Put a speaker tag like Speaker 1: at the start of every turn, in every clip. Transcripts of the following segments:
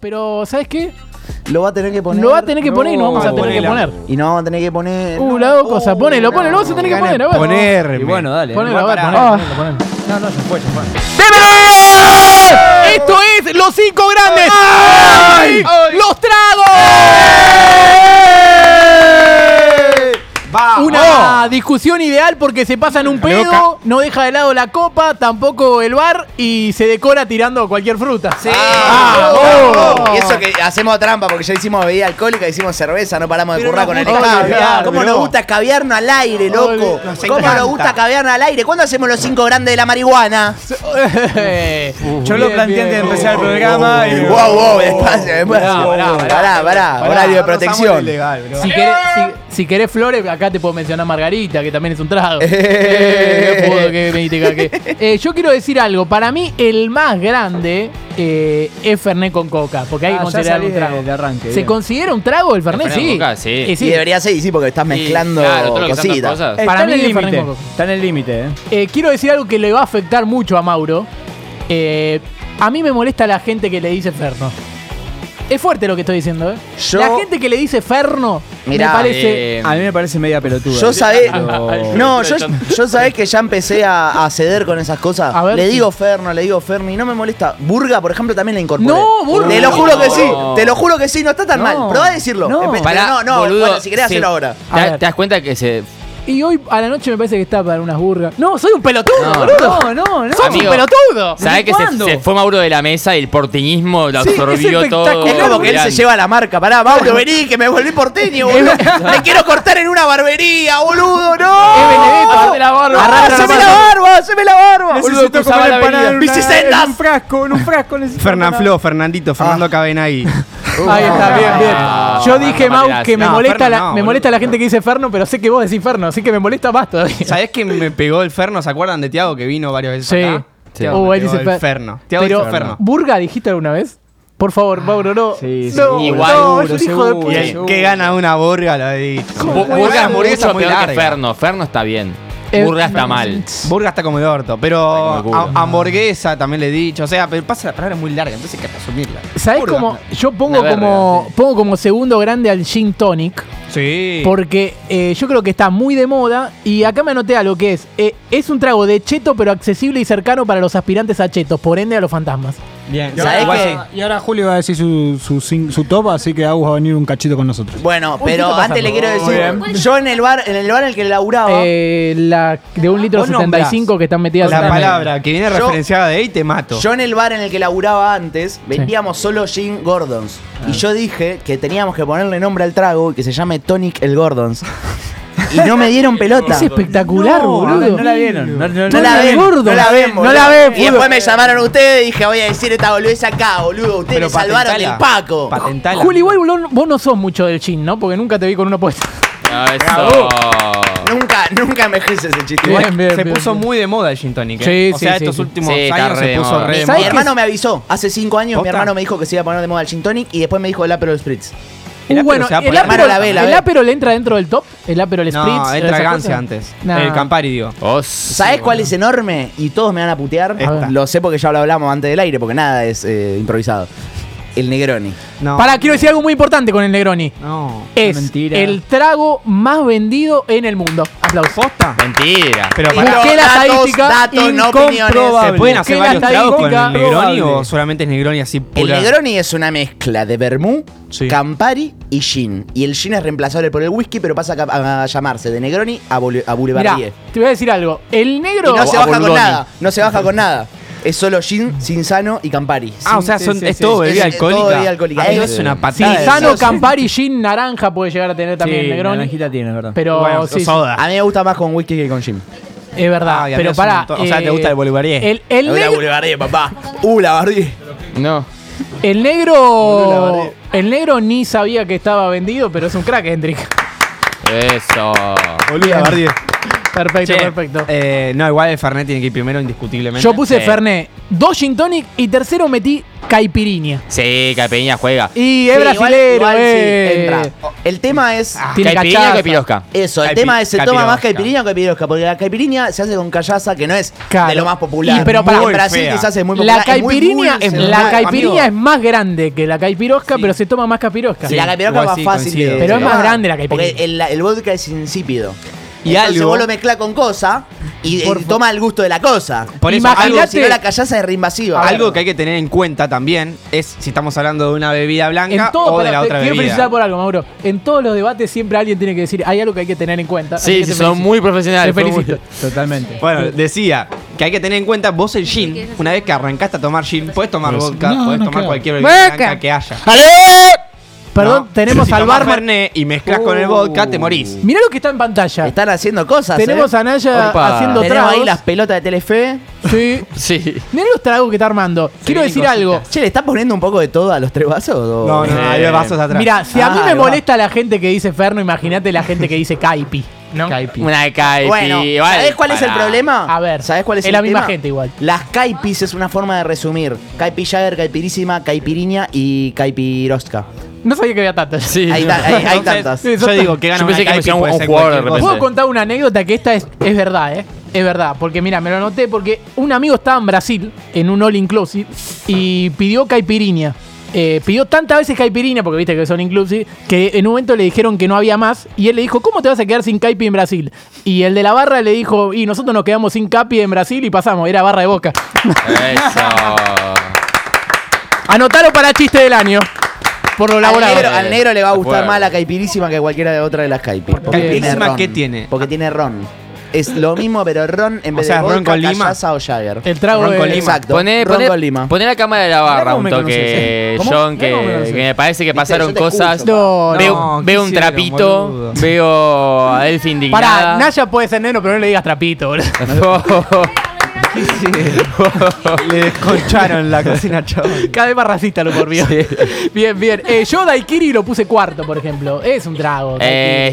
Speaker 1: pero ¿sabes qué?
Speaker 2: Lo va a tener que poner.
Speaker 1: Lo va a tener que poner y lo vamos a
Speaker 3: No,
Speaker 1: tener que
Speaker 3: ponela.
Speaker 1: poner.
Speaker 2: Y no vamos a tener que poner.
Speaker 1: Uh,
Speaker 2: no,
Speaker 1: la dos cosas. Ponelo, ponelo, vos a tener que
Speaker 2: gané.
Speaker 1: poner, a ver.
Speaker 3: Ponerme.
Speaker 4: Y bueno, dale.
Speaker 1: Ponelo, a
Speaker 4: No,
Speaker 1: ver,
Speaker 4: pará.
Speaker 1: ponelo,
Speaker 3: Ah.
Speaker 1: ponelo, ponelo.
Speaker 4: No, no, se fue, se fue.
Speaker 1: ¡Bienvenidos! Esto es Los Cinco Grandes. ¡Los Tragos!
Speaker 4: ¡Eh! ¡Vamos!
Speaker 1: Una discusión ideal porque se pasan un pedo,
Speaker 3: Loca.
Speaker 1: no deja de lado la copa, tampoco el bar y se decora tirando cualquier fruta.
Speaker 2: Sí.
Speaker 1: Ah, oh.
Speaker 2: Y eso que hacemos trampa porque ya hicimos bebida alcohólica, hicimos cerveza, no paramos de
Speaker 4: Pero
Speaker 2: currar
Speaker 4: nos
Speaker 2: con el
Speaker 1: gusta
Speaker 2: Estado.
Speaker 1: caviar,
Speaker 2: ¿Cómo
Speaker 1: bro.
Speaker 2: nos gusta caviarnos al aire, loco?
Speaker 3: nos
Speaker 2: ¿Cómo
Speaker 3: encanta.
Speaker 2: nos gusta caviarnos al aire? ¿Cuándo hacemos los cinco grandes de la marihuana?
Speaker 4: Yo lo planteé antes de empezar el programa. y-
Speaker 2: Wow, wow, despacio, despacio.
Speaker 4: Pará,
Speaker 2: Pará,
Speaker 4: pará,
Speaker 2: pará, horario de
Speaker 3: no nos vamos
Speaker 2: protección.
Speaker 3: ilegal, bro.
Speaker 1: Si querés, si, si querés flores, acá te puedo mencionar Margarita, que también es un trago.
Speaker 2: Eh.
Speaker 1: Eh, qué pudo, qué mítica que- Eh, yo quiero decir algo. Para mí, el más grande eh, es Fernet con coca, porque hay que
Speaker 4: Ah, ya
Speaker 1: considerar
Speaker 4: salí
Speaker 1: un trago.
Speaker 4: de- de arranque,
Speaker 1: ¿Se
Speaker 4: bien.
Speaker 1: considera un trago el Fernet?
Speaker 5: El Fernet
Speaker 1: sí.
Speaker 5: con coca, sí.
Speaker 1: Eh,
Speaker 2: Y debería ser, y sí, porque estás mezclando
Speaker 5: claro, todo lo que son las
Speaker 2: cositas.
Speaker 5: cosas.
Speaker 4: Está
Speaker 1: Para
Speaker 4: en
Speaker 1: mí
Speaker 4: el
Speaker 1: es Fernet
Speaker 4: límite.
Speaker 1: con coca.
Speaker 4: Está en el límite, eh.
Speaker 1: Eh, quiero decir algo que le va a afectar mucho a Mauro. Eh, a mí me molesta la gente que le dice Ferno. Es fuerte lo que estoy diciendo, ¿eh?
Speaker 2: Yo-
Speaker 1: la gente que le dice Ferno
Speaker 2: Mirá,
Speaker 1: me parece.
Speaker 5: Eh,
Speaker 4: A mí me parece media pelotuda.
Speaker 2: Yo sabés.
Speaker 4: Pero-
Speaker 2: No, yo, yo sabés que ya empecé a, a ceder con esas cosas.
Speaker 1: A ver.
Speaker 2: le digo Ferno, le digo Ferni, no me molesta. Burga, por ejemplo, también la incorporé.
Speaker 1: No, Burga.
Speaker 2: Te lo juro que sí,
Speaker 5: No.
Speaker 2: te lo juro que sí, no está tan
Speaker 4: No.
Speaker 2: mal. Probá a decirlo.
Speaker 4: No.
Speaker 2: Empe- pero
Speaker 5: pará,
Speaker 2: no, no,
Speaker 5: boludo,
Speaker 2: bueno, si querés
Speaker 5: sí.
Speaker 2: hacerlo ahora.
Speaker 1: A
Speaker 5: ¿Te,
Speaker 1: ver.
Speaker 5: te das cuenta que se.
Speaker 1: Y hoy a la noche me parece que está para unas burgas. No, soy un pelotudo,
Speaker 5: No.
Speaker 1: boludo.
Speaker 4: No, no, no.
Speaker 1: ¡Sos
Speaker 5: Amigo,
Speaker 1: un pelotudo!
Speaker 5: ¿Sabes que se,
Speaker 4: ¿Cuándo?
Speaker 5: se fue Mauro de la mesa y el porteñismo lo
Speaker 1: Sí, es
Speaker 5: absorbió todo?
Speaker 1: espectacular.
Speaker 2: Es como que él se
Speaker 5: Mirá.
Speaker 2: lleva la marca. Pará, Mauro, vení, que me volví porteño, boludo. me quiero cortar en una barbería, boludo, no.
Speaker 1: Es Benedetto, hacete la barba.
Speaker 2: Arrastra
Speaker 1: Haceme
Speaker 2: la
Speaker 1: la
Speaker 2: barba, haceme la barba.
Speaker 5: Boludo,
Speaker 4: Necesito
Speaker 5: cruzaba
Speaker 4: comer
Speaker 5: la
Speaker 4: empanada en,
Speaker 5: avenida.
Speaker 4: una-
Speaker 2: ¡Bicisendas!
Speaker 4: en un frasco, en un frasco. necesito
Speaker 3: Fernanfloo, Fernandito, Fernando Cabenay.
Speaker 1: Ahí está, bien, bien.
Speaker 5: Ah,
Speaker 1: Yo dije,
Speaker 5: Fernando
Speaker 1: Mau, que me,
Speaker 3: No,
Speaker 1: molesta,
Speaker 3: Ferno
Speaker 1: la,
Speaker 3: no,
Speaker 1: me
Speaker 3: boludo.
Speaker 1: molesta la gente que dice Ferno, pero sé que vos decís Ferno, así que me molesta más todavía.
Speaker 3: ¿Sabés que me pegó el Ferno? ¿Se acuerdan de Tiago que vino varias veces
Speaker 1: Sí.
Speaker 3: acá?
Speaker 5: Sí.
Speaker 3: Tiago
Speaker 1: Uh,
Speaker 3: me
Speaker 1: él
Speaker 3: pegó
Speaker 1: dice
Speaker 3: el
Speaker 1: Fer-
Speaker 3: Ferno. Tiago
Speaker 1: Pero,
Speaker 3: dice Ferno.
Speaker 1: ¿Burga dijiste alguna vez? Por favor, Mauro, no.
Speaker 4: Sí, sí,
Speaker 1: no,
Speaker 5: igual,
Speaker 1: no, es un
Speaker 4: seguro,
Speaker 1: hijo de
Speaker 4: seguro.
Speaker 3: Y
Speaker 1: puta.
Speaker 4: Bien.
Speaker 3: el que gana una burga la de...
Speaker 5: Bu-
Speaker 3: Muy
Speaker 5: Burga es
Speaker 3: larga,
Speaker 5: mucho
Speaker 3: muy
Speaker 5: peor que
Speaker 3: larga.
Speaker 5: Ferno. Ferno está bien.
Speaker 1: Eh,
Speaker 5: Burga está
Speaker 1: no,
Speaker 5: mal.
Speaker 3: Burga está como el orto, pero
Speaker 5: Está como el culo.
Speaker 3: a- hamburguesa también le he dicho. O sea, pero pasa la palabra es muy larga, entonces hay que resumirla.
Speaker 1: ¿Sabés
Speaker 3: Burga.
Speaker 1: cómo? Yo pongo
Speaker 5: Una
Speaker 1: como,
Speaker 5: verga,
Speaker 1: pongo como segundo grande al Gin Tonic.
Speaker 3: Sí.
Speaker 1: Porque eh, yo creo que está muy de moda. Y acá me anoté algo que es: eh, es un trago de cheto, pero accesible y cercano para los aspirantes a chetos, por ende a los fantasmas.
Speaker 6: Bien,
Speaker 2: Y ahora- ¿Sabés
Speaker 6: Igual sí. y ahora Julio va a decir su, su, sin- su top, así que Agus va a venir un cachito con nosotros.
Speaker 2: Bueno,
Speaker 1: Uy,
Speaker 2: pero
Speaker 1: ¿qué está
Speaker 2: antes le quiero
Speaker 1: pasando?
Speaker 2: decir, yo en el bar, en el bar en el que laburaba,
Speaker 1: Eh, la de un litro
Speaker 3: Vos nombrás
Speaker 1: 75 que están metidas en
Speaker 3: la
Speaker 1: el medio.
Speaker 3: palabra que viene
Speaker 2: Yo-
Speaker 3: referenciada de ahí te mato.
Speaker 2: Yo en el bar en el que laburaba antes vendíamos solo Gin Gordons. Y yo dije que teníamos que ponerle nombre al trago y que se llame Tonic el Gordons. Y no me dieron pelota.
Speaker 1: Es espectacular,
Speaker 4: No,
Speaker 1: boludo.
Speaker 4: no la vieron. No, no,
Speaker 2: No la
Speaker 1: Tonic
Speaker 2: ven,
Speaker 1: Gordon.
Speaker 2: no la ven,
Speaker 1: No
Speaker 2: boludo.
Speaker 1: la ven,
Speaker 2: Y después
Speaker 1: boludo.
Speaker 2: me llamaron ustedes y dije, voy a decir esta boludez acá, boludo. Ustedes me salvaron del Paco.
Speaker 3: Patentala.
Speaker 1: Juli, igual vos- vos no sos mucho del chin, ¿no? Porque nunca te vi con uno puesto.
Speaker 5: Ah, Eso.
Speaker 2: Nunca, nunca envejece ese chiste.
Speaker 1: Bien,
Speaker 2: Igual,
Speaker 1: bien,
Speaker 3: se
Speaker 1: bien,
Speaker 3: puso
Speaker 1: bien.
Speaker 3: muy de moda el gin tonic. ¿eh?
Speaker 1: Sí,
Speaker 3: o
Speaker 1: sí,
Speaker 3: sea,
Speaker 1: sí,
Speaker 3: estos
Speaker 1: sí.
Speaker 3: últimos
Speaker 5: Sí, está
Speaker 3: años
Speaker 5: re
Speaker 3: se
Speaker 5: de
Speaker 3: puso
Speaker 5: moda.
Speaker 3: re de
Speaker 2: Mi
Speaker 1: ¿Sabes
Speaker 3: moda.
Speaker 2: hermano me avisó. Hace cinco años mi
Speaker 3: ¿Posta?
Speaker 2: hermano me dijo que se iba a poner de moda el Gin Tonic y después me dijo el Aperol Spritz.
Speaker 3: El
Speaker 1: Uh,
Speaker 3: ápero
Speaker 1: bueno,
Speaker 3: se va a
Speaker 1: el
Speaker 3: poner-
Speaker 1: ápero,
Speaker 2: La ve, la
Speaker 1: el
Speaker 2: ve.
Speaker 1: ápero le entra dentro del top. El ápero, el spritz.
Speaker 3: eh. No, entra
Speaker 1: esas
Speaker 3: Gancia
Speaker 1: cosas.
Speaker 3: antes.
Speaker 1: No.
Speaker 3: El Campari, digo.
Speaker 5: Os.
Speaker 2: ¿Sabés cuál es enorme? Y todos me van a putear.
Speaker 1: Esta.
Speaker 2: Lo sé porque ya lo hablamos antes del aire, porque nada es eh, improvisado. El Negroni.
Speaker 3: No.
Speaker 1: Pará, quiero decir algo muy importante con el Negroni.
Speaker 3: No.
Speaker 1: Es
Speaker 4: mentira.
Speaker 1: el trago más vendido en el mundo. Aplausos.
Speaker 3: ¿Posta?
Speaker 5: Mentira.
Speaker 3: Pero
Speaker 2: Pero
Speaker 3: pará.
Speaker 1: Busqué la
Speaker 2: datos,
Speaker 1: estadística
Speaker 2: datos, no opiniones.
Speaker 3: ¿Se pueden hacer
Speaker 1: Busqué
Speaker 3: varios
Speaker 1: la
Speaker 3: tragos con el
Speaker 1: estadística.
Speaker 3: Negroni o
Speaker 1: Probable.
Speaker 3: solamente es Negroni así
Speaker 2: El
Speaker 3: pura?
Speaker 2: Negroni es una mezcla de vermú,
Speaker 3: Sí.
Speaker 2: Campari y gin. Y el gin es reemplazable por el whisky, pero pasa a cap- a, llamarse de Negroni a, Bule- a
Speaker 1: Mirá,
Speaker 2: Boulevardier.
Speaker 1: te voy a decir algo. El
Speaker 2: Y
Speaker 1: negro.
Speaker 2: no se
Speaker 5: a
Speaker 2: baja con
Speaker 5: Bulgoni.
Speaker 2: nada, no se baja con nada. Es solo gin, sin sano y Campari.
Speaker 3: Ah, o sea,
Speaker 4: Sí,
Speaker 3: son,
Speaker 4: sí,
Speaker 3: es
Speaker 4: sí,
Speaker 3: todo
Speaker 4: sí.
Speaker 3: bebida
Speaker 2: Es- es todo
Speaker 3: alcohólica.
Speaker 2: bebida alcohólica.
Speaker 3: Amigo,
Speaker 2: Es-
Speaker 3: es una
Speaker 1: Sí,
Speaker 3: patada. de-
Speaker 1: sano,
Speaker 2: sí.
Speaker 1: Campari, gin, naranja puede llegar a tener también el Negroni.
Speaker 4: Naranjita tiene, ¿verdad?
Speaker 1: Pero
Speaker 3: Bueno,
Speaker 1: sí, sí,
Speaker 3: soda.
Speaker 2: a mí me gusta más con whisky que con gin.
Speaker 1: es verdad.
Speaker 3: Ah, y a mí
Speaker 1: pero
Speaker 3: es un
Speaker 1: pará.
Speaker 3: montón. O sea, ¿te gusta el Bolivarier?
Speaker 1: El, el
Speaker 2: la
Speaker 1: negro,
Speaker 2: Boulevardier, papá. Uh, la Bardier.
Speaker 5: No.
Speaker 1: el negro. El negro ni sabía que estaba vendido, pero es un crack, Hendrik.
Speaker 5: Eso.
Speaker 3: Boluda, Bardier.
Speaker 1: Perfecto,
Speaker 3: Che,
Speaker 1: perfecto.
Speaker 3: eh, no, igual el Fernet tiene que ir primero indiscutiblemente.
Speaker 1: Yo puse
Speaker 5: sí.
Speaker 1: Fernet, dos gin tonic y tercero metí caipirinha.
Speaker 5: Sí, Capeña juega.
Speaker 1: Y es
Speaker 2: Sí, igual-
Speaker 1: brasilero,
Speaker 2: igual sí,
Speaker 1: eh. Ah.
Speaker 2: entra. El tema es.
Speaker 1: Tiene
Speaker 5: Caipirinha,
Speaker 1: cachaza.
Speaker 5: caipirosca.
Speaker 2: Eso, el
Speaker 3: Caipi-
Speaker 2: tema es: ¿se toma más
Speaker 3: capirosca.
Speaker 2: caipirinha o caipirosca? Porque la caipiriña se hace con callaza, que no es
Speaker 1: Claro.
Speaker 2: de lo más popular.
Speaker 1: Y, pero para-
Speaker 2: en Brasil
Speaker 3: fea.
Speaker 2: quizás es muy popular.
Speaker 1: La
Speaker 2: es muy
Speaker 1: caipirinha,
Speaker 2: dulce,
Speaker 1: es,
Speaker 2: ¿no?
Speaker 1: la
Speaker 2: Amigo,
Speaker 1: caipiriña es más grande que la caipirosca, pero se toma más capirosca.
Speaker 2: la caipirosca es
Speaker 3: igual
Speaker 2: más
Speaker 3: sí,
Speaker 2: fácil
Speaker 3: coincido.
Speaker 2: de-
Speaker 1: Pero es
Speaker 2: de
Speaker 1: más
Speaker 2: tomar,
Speaker 1: grande la caipirinha.
Speaker 2: Porque el, el vodka es insípido.
Speaker 3: Y
Speaker 2: Entonces
Speaker 3: algo-
Speaker 2: vos lo mezclás con cosa y, y toma el gusto de la cosa.
Speaker 3: Por eso,
Speaker 1: Imagínate-
Speaker 2: Algo, si no, la callaza es reinvasiva.
Speaker 3: Algo que hay que tener en cuenta también es si estamos hablando de una bebida blanca
Speaker 1: En todo,
Speaker 3: o de
Speaker 1: pará,
Speaker 3: la
Speaker 1: te-
Speaker 3: otra
Speaker 1: quiero
Speaker 3: bebida.
Speaker 1: felicitar por algo, Mauro. En todos los debates siempre alguien tiene que decir, hay algo que hay que tener en cuenta. así
Speaker 5: Sí,
Speaker 1: que
Speaker 5: sí,
Speaker 1: te
Speaker 5: son
Speaker 1: felicito.
Speaker 5: muy
Speaker 1: Te
Speaker 5: profesionales. fue muy-
Speaker 1: felicito.
Speaker 4: Totalmente.
Speaker 3: Bueno, decía que hay que tener en cuenta vos el gin. Una vez que arrancaste a tomar gin, puedes tomar
Speaker 6: Pues,
Speaker 3: vodka,
Speaker 6: no,
Speaker 3: puedes
Speaker 6: no
Speaker 3: tomar
Speaker 6: creo.
Speaker 3: cualquier bebida blanca que haya.
Speaker 1: Perdón,
Speaker 3: ¿no?
Speaker 1: tenemos Uh.
Speaker 3: Si
Speaker 1: al
Speaker 3: tomás
Speaker 1: barman.
Speaker 3: Fernet y mezclas con el vodka, te morís.
Speaker 1: Mirá lo que está en pantalla.
Speaker 2: Están haciendo cosas.
Speaker 1: tenemos
Speaker 2: ¿eh?
Speaker 1: a Naya
Speaker 5: Opa.
Speaker 1: haciendo
Speaker 2: Tenemos
Speaker 1: tragos.
Speaker 2: ahí las pelotas de Telefe.
Speaker 1: Sí.
Speaker 5: Sí.
Speaker 1: Mirá los tragos que está armando. Quiero
Speaker 3: vienen
Speaker 1: decir
Speaker 3: cositas.
Speaker 1: algo.
Speaker 2: Che, ¿le está poniendo un poco de todo a los tres vasos? o-
Speaker 3: No, no, no, hay vasos atrás.
Speaker 1: Mira, si a
Speaker 2: Ah,
Speaker 1: mí me
Speaker 2: ahí va.
Speaker 1: molesta la gente que dice Ferno, imagínate la gente que dice Caipi. ¿no?
Speaker 5: Una caipi.
Speaker 2: Bueno,
Speaker 5: vale,
Speaker 2: ¿sabés cuál es el
Speaker 5: pará.
Speaker 2: problema?
Speaker 1: A ver,
Speaker 2: ¿sabés cuál es,
Speaker 1: es
Speaker 2: el
Speaker 1: la misma
Speaker 2: tema?
Speaker 1: gente igual.
Speaker 2: Las caipis es una forma de resumir. Caipi Jagger, caipirísima, caipiriña y caipirosca.
Speaker 1: No sabía que había tantas.
Speaker 5: Sí.
Speaker 2: Hay, ta- hay- hay tantas.
Speaker 1: Sí,
Speaker 3: Yo
Speaker 1: son
Speaker 3: digo que gana
Speaker 5: Yo pensé
Speaker 3: una
Speaker 5: que me
Speaker 3: caipi,
Speaker 5: hacían un
Speaker 3: puede ser
Speaker 5: jugador de
Speaker 3: cualquier
Speaker 5: repente.
Speaker 1: ¿Puedo contar una anécdota que esta es, es verdad, eh? Es verdad, porque mira, me lo anoté porque un amigo estaba en Brasil, en un All Inclusive, y pidió caipirinha. Eh, pidió tantas veces caipirinha, porque viste que es All Inclusive, que en un momento le dijeron que no había más, y él le dijo, ¿cómo te vas a quedar sin caipi en Brasil? Y el de la barra le dijo, y nosotros nos quedamos sin capi en Brasil y pasamos, era barra de boca.
Speaker 5: Eso.
Speaker 1: Anotaron para chiste del año, por lo
Speaker 2: Al
Speaker 1: laboral.
Speaker 2: negro, al negro le va a gustar
Speaker 5: Bueno.
Speaker 2: más la caipirísima que cualquiera de otra de las caipis. porque
Speaker 3: ¿Caipirísima
Speaker 2: tiene ron.
Speaker 3: qué tiene?
Speaker 2: Porque tiene ron. Es lo mismo, pero ron en
Speaker 3: O
Speaker 2: vez
Speaker 3: sea,
Speaker 2: de
Speaker 3: ron
Speaker 2: vodka,
Speaker 3: con lima.
Speaker 2: callaza o Jagger.
Speaker 1: El trago
Speaker 3: Ron
Speaker 1: de...
Speaker 3: con lima.
Speaker 2: Exacto.
Speaker 5: Poné,
Speaker 2: ron
Speaker 5: poné-
Speaker 2: con lima.
Speaker 5: poné la cámara de la barra
Speaker 4: cómo
Speaker 5: un
Speaker 4: me
Speaker 5: toque,
Speaker 4: conocés, eh. ¿Cómo?
Speaker 5: John,
Speaker 4: Mirá cómo me
Speaker 5: que,
Speaker 4: conocés.
Speaker 5: que me parece que
Speaker 2: yo
Speaker 5: pasaron
Speaker 2: te escucho,
Speaker 5: cosas.
Speaker 1: No,
Speaker 5: veo
Speaker 3: no,
Speaker 5: veo un
Speaker 3: qué hicieron,
Speaker 5: trapito,
Speaker 3: boludo.
Speaker 5: veo a Elfi indignada.
Speaker 1: Pará, Naya puede ser negro, pero no le digas trapito, boludo.
Speaker 3: Le desconcharon la cocina, chaval.
Speaker 1: Cada vez más racista lo por Bien, bien. Eh, yo Daikiri lo puse cuarto, por ejemplo. Es un trago.
Speaker 5: Eh,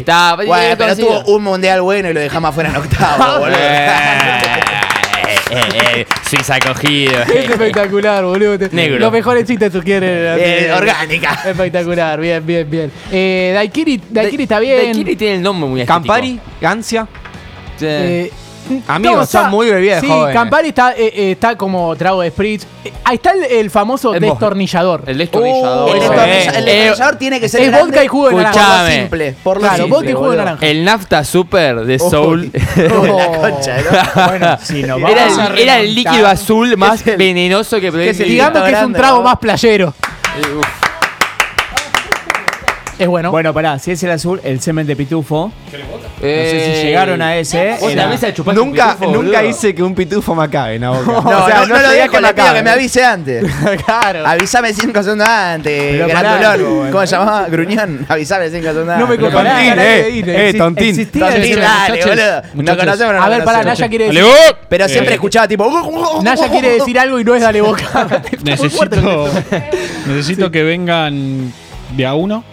Speaker 1: Daiquiri.
Speaker 5: está. eh,
Speaker 2: Bueno, pero
Speaker 5: conocido.
Speaker 2: tuvo un mundial bueno y lo dejamos afuera en octavo, boludo.
Speaker 5: Eh, eh, eh, Suiza cogido.
Speaker 1: Es espectacular, boludo. Te-
Speaker 5: eh, Negro. Eh,
Speaker 1: Los mejores chistes sugieren. eh,
Speaker 2: Bien, Eh, orgánica.
Speaker 1: Espectacular, bien, bien, bien. Eh, Daikiri, Daikiri está bien.
Speaker 5: Daikiri tiene el nombre muy estético.
Speaker 3: Campari, Gancia.
Speaker 1: Eh,
Speaker 3: Amigos,
Speaker 1: todo
Speaker 3: son
Speaker 1: está-
Speaker 3: muy bebidas
Speaker 1: Sí,
Speaker 3: jóvenes.
Speaker 1: Campari está, eh, eh, está como trago de spritz. Eh, ahí está el, el famoso
Speaker 5: El mo-
Speaker 1: destornillador.
Speaker 5: El destornillador.
Speaker 2: El
Speaker 1: Eso.
Speaker 2: destornilla- el
Speaker 5: Eh,
Speaker 2: destornillador tiene que ser
Speaker 1: es
Speaker 2: grande
Speaker 1: vodka y jugo de
Speaker 2: por lo
Speaker 5: naranja.
Speaker 2: simple, por lo
Speaker 1: claro,
Speaker 2: simple,
Speaker 1: vodka y jugo de
Speaker 2: boludo.
Speaker 1: naranja.
Speaker 5: El nafta super de Soul.
Speaker 2: Oh, la concha, ¿no?
Speaker 4: Bueno, si nos vamos
Speaker 5: Era
Speaker 4: a
Speaker 5: el, era el líquido azul más venenoso que podés
Speaker 2: el-
Speaker 5: vivir.
Speaker 1: Digamos que es un
Speaker 2: grande,
Speaker 1: trago
Speaker 2: ¿verdad?
Speaker 1: más playero.
Speaker 5: Eh,
Speaker 1: Es bueno.
Speaker 4: Bueno, pará, si es el azul, el semen de pitufo. No sé si
Speaker 5: Eh,
Speaker 4: llegaron a ese.
Speaker 5: Vos
Speaker 4: era-
Speaker 5: la mesa chupaste un
Speaker 3: Nunca,
Speaker 5: pitufo,
Speaker 3: nunca
Speaker 5: boludo.
Speaker 3: hice que un pitufo me acabe en la boca.
Speaker 2: No,
Speaker 3: O sea,
Speaker 2: no, no lo
Speaker 3: llegué
Speaker 2: digo,
Speaker 3: con
Speaker 2: le pido
Speaker 3: cara,
Speaker 2: que me
Speaker 3: ¿eh?
Speaker 2: avise antes.
Speaker 1: claro.
Speaker 2: Avísame cinco segundos antes,
Speaker 4: Pero pará,
Speaker 2: grandulón.
Speaker 4: boludo, bueno.
Speaker 2: ¿Cómo se llamaba? Gruñón. Avisame cinco segundos
Speaker 1: No me
Speaker 2: antes.
Speaker 1: Pero pará,
Speaker 3: Tontín,
Speaker 1: pará,
Speaker 3: eh,
Speaker 1: Ine,
Speaker 3: eh,
Speaker 1: exi-
Speaker 3: tontín.
Speaker 1: existía
Speaker 2: Tontín,
Speaker 1: el-
Speaker 2: dale, boludo. No
Speaker 5: muchachos.
Speaker 2: conocemos, no
Speaker 1: A ver, pará,
Speaker 2: conocemos.
Speaker 1: Naya quiere
Speaker 5: ¡Ale,
Speaker 1: decir.
Speaker 5: vos!
Speaker 2: Pero siempre escuchaba tipo.
Speaker 1: Naya quiere decir algo y no es dale boca.
Speaker 6: Necesito, necesito que vengan de a uno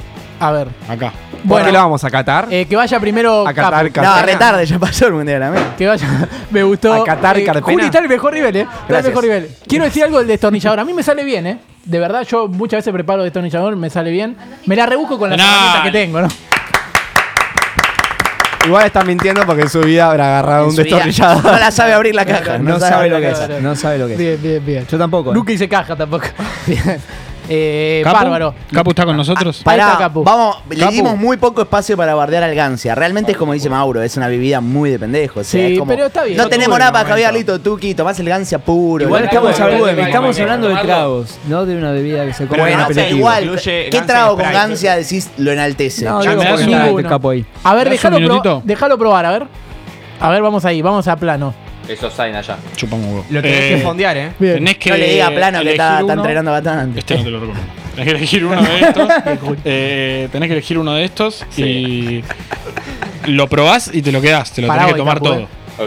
Speaker 1: A ver.
Speaker 6: acá.
Speaker 3: ¿Por qué lo
Speaker 1: Bueno,
Speaker 3: vamos a catar?
Speaker 1: eh, que vaya primero.
Speaker 3: a catar
Speaker 1: Capo.
Speaker 2: No,
Speaker 3: Cartagena.
Speaker 2: retarde, ya pasó el mundial, amigo.
Speaker 1: Que vaya. Me gustó. Eh,
Speaker 3: A Qatar, Carpena.
Speaker 1: Juli está en el mejor nivel, ¿eh? Está en el
Speaker 2: Gracias.
Speaker 1: mejor nivel. Quiero decir algo del destornillador. A mí me sale bien, ¿eh? De verdad, yo muchas veces preparo destornillador, me sale bien. Me la rebusco con la
Speaker 6: No.
Speaker 1: herramienta que tengo, ¿no?
Speaker 3: Igual está mintiendo porque en su vida habrá agarrado un
Speaker 2: En su vida,
Speaker 3: destornillador.
Speaker 2: No la sabe abrir la caja.
Speaker 4: No sabe lo que
Speaker 1: lo que
Speaker 4: es. No sabe lo que es.
Speaker 1: Bien, bien, bien.
Speaker 4: Yo tampoco. ¿eh?
Speaker 1: Nunca hice caja tampoco. Bien. Eh,
Speaker 6: ¿Capu?
Speaker 1: bárbaro.
Speaker 6: ¿Capu está con nosotros?
Speaker 1: Ahí
Speaker 2: Pará,
Speaker 1: está Capu.
Speaker 2: vamos, le dimos muy poco espacio para bardear al Gancia. Realmente es como dice Mauro, es una bebida muy de pendejo. o sea,
Speaker 1: Sí,
Speaker 2: es como-
Speaker 1: pero está bien.
Speaker 2: No
Speaker 1: Yo
Speaker 2: tenemos
Speaker 1: tuve
Speaker 2: nada
Speaker 1: mi
Speaker 2: para caviar, Lito Tuki, tomás el Gancia puro.
Speaker 4: Igual
Speaker 2: Lo-
Speaker 4: estamos
Speaker 1: Vale,
Speaker 4: hablando,
Speaker 1: vale, vale,
Speaker 4: estamos
Speaker 1: vale,
Speaker 4: hablando de
Speaker 5: vale.
Speaker 4: tragos, no de una bebida que se come
Speaker 2: Pero
Speaker 4: en
Speaker 2: no, o sea,
Speaker 4: aperitivo.
Speaker 2: igual,
Speaker 3: Incluye
Speaker 2: ¿qué
Speaker 3: Gancia
Speaker 2: trago
Speaker 3: Sprite.
Speaker 2: con Gancia decís lo enaltece?
Speaker 4: No,
Speaker 1: Ya
Speaker 4: digo,
Speaker 1: me das
Speaker 4: porque
Speaker 1: un-
Speaker 4: está
Speaker 1: ninguno.
Speaker 4: el capo ahí.
Speaker 1: A ver,
Speaker 6: ¿Me das un
Speaker 1: déjalo, pro-
Speaker 6: minutito?
Speaker 1: déjalo probar, a ver. A ver, vamos ahí, vamos a plano.
Speaker 5: Eso es Zayn allá.
Speaker 6: Chupa un huevo.
Speaker 3: Lo tenés
Speaker 6: Eh,
Speaker 3: que fondear, ¿eh?
Speaker 1: Bien.
Speaker 6: tenés que
Speaker 2: no le diga plano que
Speaker 6: elegir
Speaker 2: está, está
Speaker 6: uno.
Speaker 2: entrenando bastante.
Speaker 6: Este no te lo recomiendo. Tenés que elegir uno de estos. eh, tenés que elegir uno de estos y lo probás y te lo quedás. Te lo
Speaker 1: Pará
Speaker 6: tenés que
Speaker 1: hoy,
Speaker 6: tomar
Speaker 1: Capu,
Speaker 6: todo.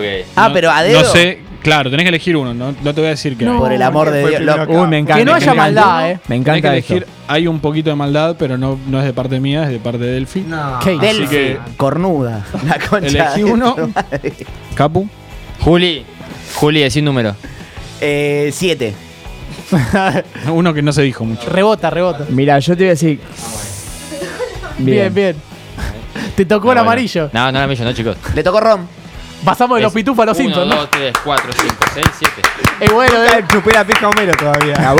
Speaker 1: eh.
Speaker 5: Ok.
Speaker 2: Ah,
Speaker 6: No-
Speaker 2: pero a dedo.
Speaker 6: No sé, claro, tenés que elegir uno. No, no te voy a decir que.
Speaker 1: No.
Speaker 2: Por el amor de
Speaker 3: Fue
Speaker 2: Dios.
Speaker 3: primero
Speaker 2: lo-
Speaker 3: acá.
Speaker 4: Uy, me encanta.
Speaker 1: Que no
Speaker 4: me
Speaker 1: haya
Speaker 4: encanta.
Speaker 1: maldad, eh.
Speaker 4: Me
Speaker 6: Tenés que
Speaker 4: encanta
Speaker 6: elegir.
Speaker 4: esto.
Speaker 6: Hay un poquito de maldad, pero no, no es de parte mía, es de parte de Delphi.
Speaker 1: Ok.
Speaker 2: Delphi,
Speaker 6: que-
Speaker 2: cornuda. La concha.
Speaker 6: Elegí
Speaker 2: de tu
Speaker 6: uno.
Speaker 2: madre.
Speaker 6: Capu.
Speaker 5: Juli, Juli, decí un número. Ah,
Speaker 2: Eh, siete.
Speaker 6: Uno que no se dijo mucho.
Speaker 1: Rebota, rebota.
Speaker 4: Mira, yo te voy a decir
Speaker 1: Bien, bien. Te tocó el
Speaker 5: bueno.
Speaker 1: amarillo.
Speaker 5: No, no el amarillo, no, chicos.
Speaker 2: Le tocó Rom.
Speaker 1: Pasamos de los
Speaker 5: Es
Speaker 1: pitufos a los
Speaker 5: uno,
Speaker 1: Simpsons, ¿no?
Speaker 5: dos, tres, cuatro, cinco, seis, siete.
Speaker 1: Es bueno, eh.
Speaker 4: Chupé la pija a Homero todavía.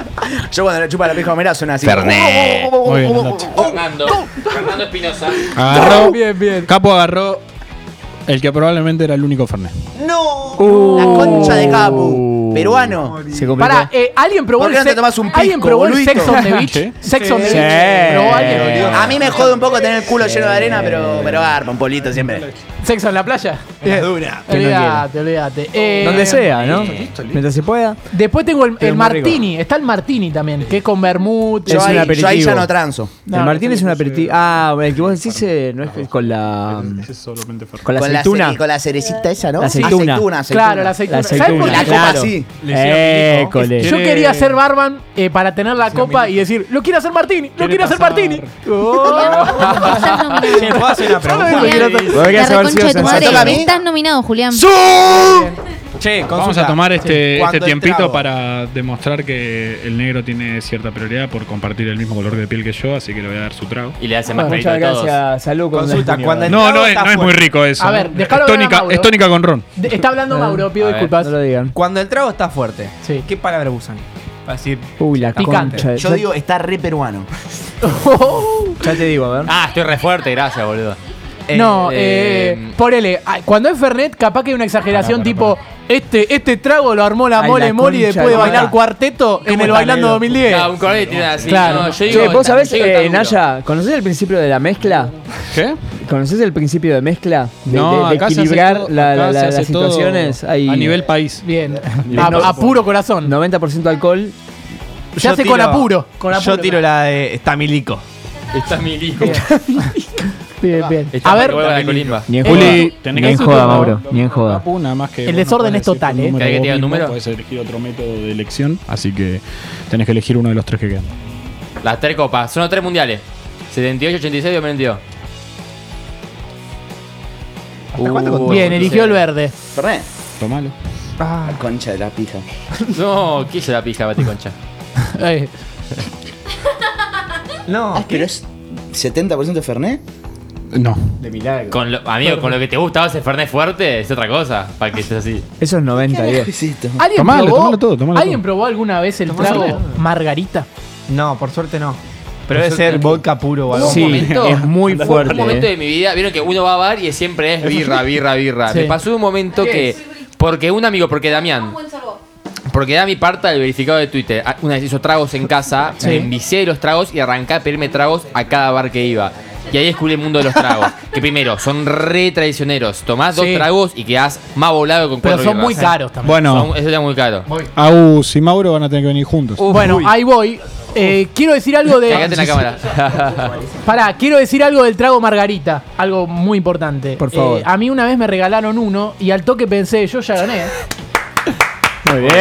Speaker 2: Yo cuando le chupa la pija a Homero suena así.
Speaker 5: Fernet.
Speaker 6: Muy bien, Nacho.
Speaker 5: Fernando. Fernando Espinosa.
Speaker 6: Agarró.
Speaker 1: Bien, bien.
Speaker 6: Capo agarró el que probablemente era el único Fernet.
Speaker 2: ¡No! La concha de Capu. Peruano.
Speaker 4: Se
Speaker 1: Pará, eh, ¿alguien probó
Speaker 2: ¿Por
Speaker 1: el
Speaker 2: qué no te
Speaker 1: sex-
Speaker 2: tomás un
Speaker 1: ¿Alguien
Speaker 2: pisco,
Speaker 1: probó el
Speaker 2: boludito?
Speaker 1: Sex on the Beach?
Speaker 6: Sí.
Speaker 1: Sex on the
Speaker 4: Sí.
Speaker 1: Beach. ¿Probó alguien?
Speaker 2: Eh, A mí me jode un poco tener el culo lleno de arena, pero, pero garpa un polito siempre.
Speaker 1: ¿Sexo en la playa?
Speaker 4: dura.
Speaker 1: Olvídate, olvídate. Eh,
Speaker 4: Donde sea, ¿no? Mientras se pueda.
Speaker 1: Después tengo el, el
Speaker 4: muy
Speaker 1: martini. Está el martini también, que es con vermut.
Speaker 2: Yo,
Speaker 4: Es un
Speaker 2: ahí, yo
Speaker 4: aperitivo.
Speaker 2: ahí ya no transo.
Speaker 1: No,
Speaker 4: el
Speaker 1: no
Speaker 4: Martín
Speaker 1: sé
Speaker 4: es un aperitivo. Ah, el que vos decís eh, no es que es con la.
Speaker 2: Mm.
Speaker 6: solamente Fernet.
Speaker 4: Con la
Speaker 2: con,
Speaker 4: aceituna.
Speaker 2: La, ce- con la cerecita esa, ¿no?
Speaker 4: La aceituna.
Speaker 2: Aceituna, aceituna.
Speaker 1: Claro, la aceituna.
Speaker 4: La
Speaker 1: ¿Sabes
Speaker 4: aceituna,
Speaker 1: por
Speaker 2: La
Speaker 1: qué?
Speaker 2: copa
Speaker 4: claro.
Speaker 2: así.
Speaker 4: École.
Speaker 1: Yo quería ser barman eh, para tener la copa y decir, lo quiero hacer martini, lo
Speaker 6: Quiere
Speaker 1: quiero hacer
Speaker 6: pasar.
Speaker 1: martini.
Speaker 7: Estás nominado.
Speaker 3: ¿Puedo hacer una pregunta?
Speaker 7: Julián,
Speaker 4: Lo que
Speaker 7: la
Speaker 4: hace haber
Speaker 7: reconcha
Speaker 4: sido
Speaker 7: de tu madre,
Speaker 2: sensato. ¿Toca a mí?
Speaker 7: Estás nominado, Julián.
Speaker 3: Che,
Speaker 6: Vamos a tomar este,
Speaker 2: Cuando
Speaker 6: este
Speaker 2: el
Speaker 6: tiempito
Speaker 2: trago.
Speaker 6: para demostrar que el negro tiene cierta prioridad por compartir el mismo color de piel que yo, así que le voy a dar su trago.
Speaker 5: Y le hace más
Speaker 4: Bueno,
Speaker 5: crédito
Speaker 4: Ah, muchas
Speaker 5: a todos.
Speaker 4: gracias. Salud con
Speaker 3: Consulta,
Speaker 4: Destino.
Speaker 3: cuando-
Speaker 6: No,
Speaker 3: trago
Speaker 6: no es,
Speaker 3: está
Speaker 6: no es muy
Speaker 3: fuerte.
Speaker 6: rico eso.
Speaker 1: A ver, dejalo
Speaker 6: es
Speaker 1: hablar a
Speaker 6: tónica,
Speaker 1: Mauro.
Speaker 6: es tónica con ron.
Speaker 1: De- Está hablando Mauro, pido
Speaker 5: A ver,
Speaker 1: disculpas.
Speaker 4: No lo digan.
Speaker 3: Cuando el trago está fuerte,
Speaker 1: Sí.
Speaker 3: ¿qué palabra usan? Para decir,
Speaker 4: Uy, la
Speaker 1: Picante.
Speaker 4: concha. de-
Speaker 2: Yo
Speaker 4: ya-
Speaker 2: digo, está re peruano.
Speaker 4: Ya te digo, a ver.
Speaker 5: Ah, estoy re fuerte, gracias, boludo.
Speaker 1: no, eh, ponele, ay, cuando es Fernet, capaz que hay una exageración tipo, este este trago lo armó la
Speaker 4: Ay,
Speaker 1: mole
Speaker 4: la
Speaker 1: moli
Speaker 4: concha
Speaker 1: después
Speaker 4: de
Speaker 1: de
Speaker 4: la
Speaker 1: bailar
Speaker 4: madre.
Speaker 1: cuarteto en
Speaker 4: ¿Cómo
Speaker 1: el
Speaker 4: está,
Speaker 1: Bailando
Speaker 4: negro?
Speaker 1: 2010.
Speaker 5: Claro, un cornet tiene así.
Speaker 1: Claro.
Speaker 5: No, yo
Speaker 4: eh, Che,
Speaker 5: digo,
Speaker 4: vos sabés,
Speaker 5: yo digo
Speaker 4: eh,
Speaker 5: tan duro.
Speaker 4: Naya, ¿conocés el principio de la mezcla?
Speaker 6: ¿Qué?
Speaker 4: ¿Conoces el principio de mezcla? De, de-
Speaker 6: No,
Speaker 4: de
Speaker 6: acá se hace
Speaker 4: equilibrar
Speaker 6: todo-
Speaker 4: la- la-
Speaker 6: acá se
Speaker 4: la-
Speaker 6: hace
Speaker 4: las
Speaker 6: todo
Speaker 4: situaciones. Hay
Speaker 6: A nivel país.
Speaker 1: Bien, a, a puro corazón.
Speaker 4: 90% alcohol.
Speaker 1: Se hace con apuro, con apuro.
Speaker 3: Yo tiro la de Estamilico.
Speaker 5: Está mi hijo.
Speaker 1: Bien, bien.
Speaker 5: Está
Speaker 1: A
Speaker 5: para
Speaker 1: ver,
Speaker 5: que vuelva la colimba.
Speaker 4: Ni en
Speaker 1: Juli,
Speaker 4: joda.
Speaker 6: tenés
Speaker 4: ni
Speaker 6: que
Speaker 4: en
Speaker 6: hacer
Speaker 4: Eh, joda,
Speaker 6: tu-
Speaker 4: Mauro. Ni en joda.
Speaker 6: Papu, nada más que
Speaker 1: El
Speaker 6: vos
Speaker 1: desorden
Speaker 6: no podés
Speaker 1: es total,
Speaker 6: decir
Speaker 1: ¿eh?
Speaker 6: tu número
Speaker 5: ¿Querés que
Speaker 6: vos
Speaker 5: te diga un
Speaker 6: mismo,
Speaker 5: número?
Speaker 6: Podés elegir otro método de elección, así que tenés que elegir uno de los tres que quedan.
Speaker 5: Las tres copas. Son los tres mundiales. 78, 86 y 2022.
Speaker 1: bien, eligió el verde.
Speaker 2: Fernet.
Speaker 6: Tomalo.
Speaker 2: La concha de la pija.
Speaker 5: No, ¿qué hizo la pija, Bati Concha?
Speaker 1: Eh,
Speaker 2: Ah, pero es 70% Fernet.
Speaker 6: No.
Speaker 5: Con lo- amigo, con lo que te gusta vos, el Fernet fuerte, es otra cosa. Para que estés así.
Speaker 4: Eso es 90, Dios.
Speaker 1: ¿Alguien,
Speaker 6: Tomalo,
Speaker 1: probó,
Speaker 6: tomalo todo, tomalo
Speaker 1: ¿Alguien
Speaker 6: todo.
Speaker 1: probó alguna vez el trago margarita?
Speaker 3: No, por suerte no. Pero debe ser vodka puro o algo.
Speaker 5: Hubo un
Speaker 4: Sí,
Speaker 5: momento-
Speaker 4: es muy
Speaker 5: hubo
Speaker 4: fuerte,
Speaker 5: Un momento
Speaker 4: eh.
Speaker 5: de mi vida, vieron que uno va a bar y siempre es birra, birra, birra.
Speaker 1: Sí.
Speaker 5: Me pasó un momento que. Porque un amigo, porque Damián. Porque Dami parta del verificado de Twitter. Ah, Una vez hizo tragos en casa,
Speaker 1: Sí.
Speaker 5: me envicié de los tragos y arranqué a pedirme tragos a cada bar que iba. Y ahí descubrí el mundo de los tragos. que primero, son re traicioneros. Tomás dos
Speaker 1: Sí.
Speaker 5: tragos y quedás más volado con
Speaker 1: Pero
Speaker 5: cuatro
Speaker 1: son muy
Speaker 5: birras.
Speaker 1: caros también.
Speaker 6: Bueno,
Speaker 5: Son- eso era muy caro.
Speaker 6: Agus y Mauro van a tener que venir juntos.
Speaker 1: Bueno, ahí voy. Eh, quiero decir algo
Speaker 5: Cagate
Speaker 1: de.
Speaker 5: en la cámara.
Speaker 1: Pará, quiero decir algo del trago margarita. Algo muy importante.
Speaker 4: Por favor.
Speaker 1: Eh, a mí una vez me regalaron uno y al toque pensé, yo ya gané.
Speaker 4: Muy bien.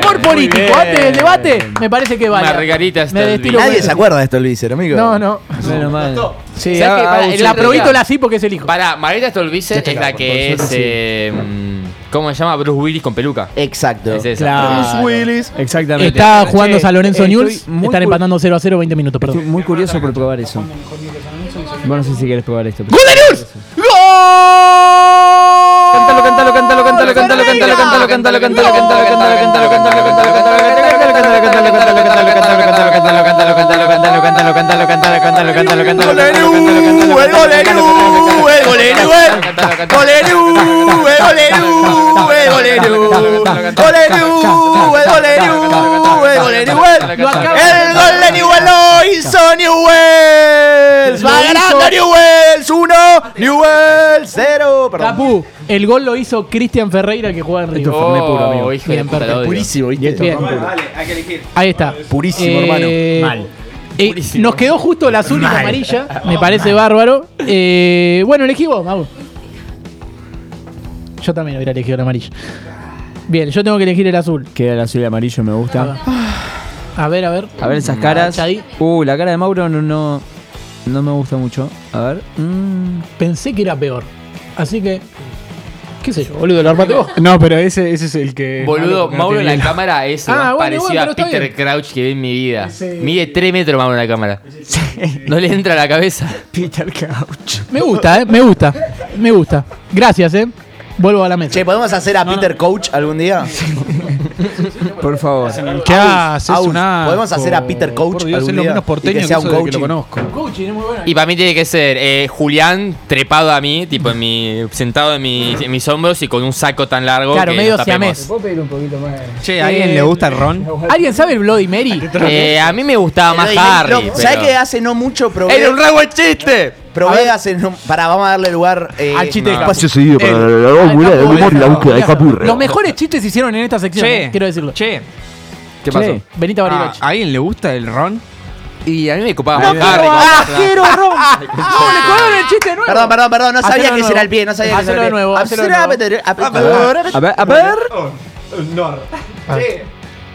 Speaker 1: Humor
Speaker 4: muy
Speaker 1: político,
Speaker 4: bien.
Speaker 1: antes del debate, me parece que vale.
Speaker 5: Margarita está
Speaker 1: Me
Speaker 5: el
Speaker 1: destilo
Speaker 5: día.
Speaker 2: Nadie
Speaker 1: bueno.
Speaker 2: se acuerda de esto, Luis, ¿eh, amigo.
Speaker 1: No, no.
Speaker 4: Menos mal.
Speaker 1: Sí,
Speaker 5: ¿Sabes qué?
Speaker 1: ah,
Speaker 5: Pará,
Speaker 1: ah,
Speaker 5: el
Speaker 1: la
Speaker 5: otro día-
Speaker 1: probito la sí porque es el hijo.
Speaker 5: Para, Margarita Stolbizer es la que es. eh, mm, ¿Cómo se llama? Bruce Willis con peluca.
Speaker 2: Exacto.
Speaker 5: Es esa.
Speaker 4: Claro.
Speaker 2: Willis.
Speaker 4: Exactamente.
Speaker 1: Está jugando San Lorenzo
Speaker 4: eh,
Speaker 1: News.
Speaker 4: estoy muy
Speaker 1: Están
Speaker 4: cur-
Speaker 1: empatando 0 a 0, 20 minutos,
Speaker 4: Estoy
Speaker 1: perdón.
Speaker 4: muy curioso por probar eso. Bueno, no sé si quieres probar esto. pero-
Speaker 5: Cántalo, cántalo, cántalo, cántalo, cántalo, cántalo, cántalo, cántalo, cántalo, cántalo, cántalo, cántalo, cántalo, cántalo,
Speaker 2: El gol de Newell lo hizo Newell's. Va ganando Newell's 1, Newell's 0. Perdón.
Speaker 1: Capu, el gol lo hizo Cristian Ferreira que juega en River.
Speaker 5: Oh, hijo de
Speaker 1: Bien,
Speaker 5: puta,
Speaker 1: perfecto.
Speaker 5: lo odio.
Speaker 2: ¿viste?
Speaker 1: Bien. Ahí está.
Speaker 2: Purísimo,
Speaker 1: hermano. nos quedó justo el azul y la amarilla. Me parece bárbaro. Eh, bueno, elegí vos, Mau. Yo también hubiera elegido el amarillo. Bien, yo tengo que elegir el azul.
Speaker 4: Queda el azul y el amarillo, me gusta.
Speaker 2: Ah.
Speaker 1: A ver, a ver.
Speaker 4: A ver esas caras.
Speaker 1: Ahí.
Speaker 4: Uh, la cara de Mauro no, no, no me gusta mucho. A ver. Mm.
Speaker 1: Pensé que era peor. Así que. ¿Qué sé yo, boludo? Lo armaste vos.
Speaker 4: No, pero ese, ese es el que.
Speaker 5: Boludo,
Speaker 4: porque no
Speaker 5: Mauro en la
Speaker 4: tiene-
Speaker 5: cámara es lo
Speaker 1: Ah,
Speaker 5: más
Speaker 1: bueno,
Speaker 5: parecido
Speaker 1: bueno, pero
Speaker 5: a
Speaker 1: está
Speaker 5: Peter
Speaker 1: bien.
Speaker 5: Crouch que vi en mi vida.
Speaker 1: Ese-
Speaker 5: Mide 3 metros Mauro en la cámara. No le entra a la cabeza.
Speaker 4: Peter Couch.
Speaker 1: Me gusta, eh. Me gusta. Me gusta. Gracias, eh. Vuelvo a la mesa.
Speaker 2: Che, ¿podemos hacer a Peter Coach algún día?
Speaker 4: Por favor.
Speaker 6: ¿Qué
Speaker 2: Agus,
Speaker 6: haces?
Speaker 2: Agus,
Speaker 6: una-
Speaker 2: ¿podemos hacer a Peter Coach
Speaker 6: Por Dios, es
Speaker 2: algún
Speaker 6: lo
Speaker 2: día?
Speaker 6: menos
Speaker 2: Y que
Speaker 6: porteño que,
Speaker 2: sea
Speaker 6: eso
Speaker 2: un
Speaker 6: de que
Speaker 2: coaching.
Speaker 6: lo conozco.
Speaker 5: Y para mí tiene que ser eh, Julián trepado a mí, tipo en mi, sentado en, mi- en mis hombros y con un saco tan largo.
Speaker 1: Claro,
Speaker 5: que
Speaker 1: medio
Speaker 5: nos tapemos.
Speaker 1: siamés.
Speaker 3: Che, ¿a alguien
Speaker 1: Eh,
Speaker 3: le gusta el ron?
Speaker 1: ¿Alguien sabe el Bloody Mary?
Speaker 5: Eh, a mí me gustaba más
Speaker 2: Pero,
Speaker 5: Harry.
Speaker 2: no,
Speaker 5: pero-
Speaker 2: ¿Sabés que hace no mucho probé?
Speaker 5: ¡Era un re buen chiste!
Speaker 2: Probé hace no- Pará, vamos a darle lugar eh,
Speaker 1: Al chiste de
Speaker 5: no.
Speaker 1: Capu.
Speaker 8: seguido para la
Speaker 1: Al
Speaker 8: locura
Speaker 1: Capu,
Speaker 8: del humor y la
Speaker 1: no,
Speaker 8: búsqueda de
Speaker 1: viejo.
Speaker 8: Capurre.
Speaker 1: Los mejores chistes se hicieron en esta sección, eh, quiero decirlo.
Speaker 3: Che,
Speaker 5: ¿Qué
Speaker 1: Che, Benita
Speaker 3: ¿a
Speaker 1: Bariloche.
Speaker 3: a alguien le gusta el ron?
Speaker 5: Y a mí me copaba
Speaker 1: No
Speaker 5: más Harry.
Speaker 1: quiero ah, quiero ron. No, me colaron el chiste de nuevo.
Speaker 2: Perdón, perdón, perdón, no
Speaker 1: Hacelo
Speaker 2: sabía
Speaker 1: de
Speaker 2: que
Speaker 1: nuevo.
Speaker 2: será el pie, no sabía que
Speaker 1: Hacelo
Speaker 2: será el
Speaker 1: de
Speaker 2: pie.
Speaker 1: nuevo, hacelo de
Speaker 2: Absurda,
Speaker 1: nuevo. Ah,
Speaker 2: Peter- a Peter-
Speaker 4: A ver, a ver.
Speaker 2: Oh.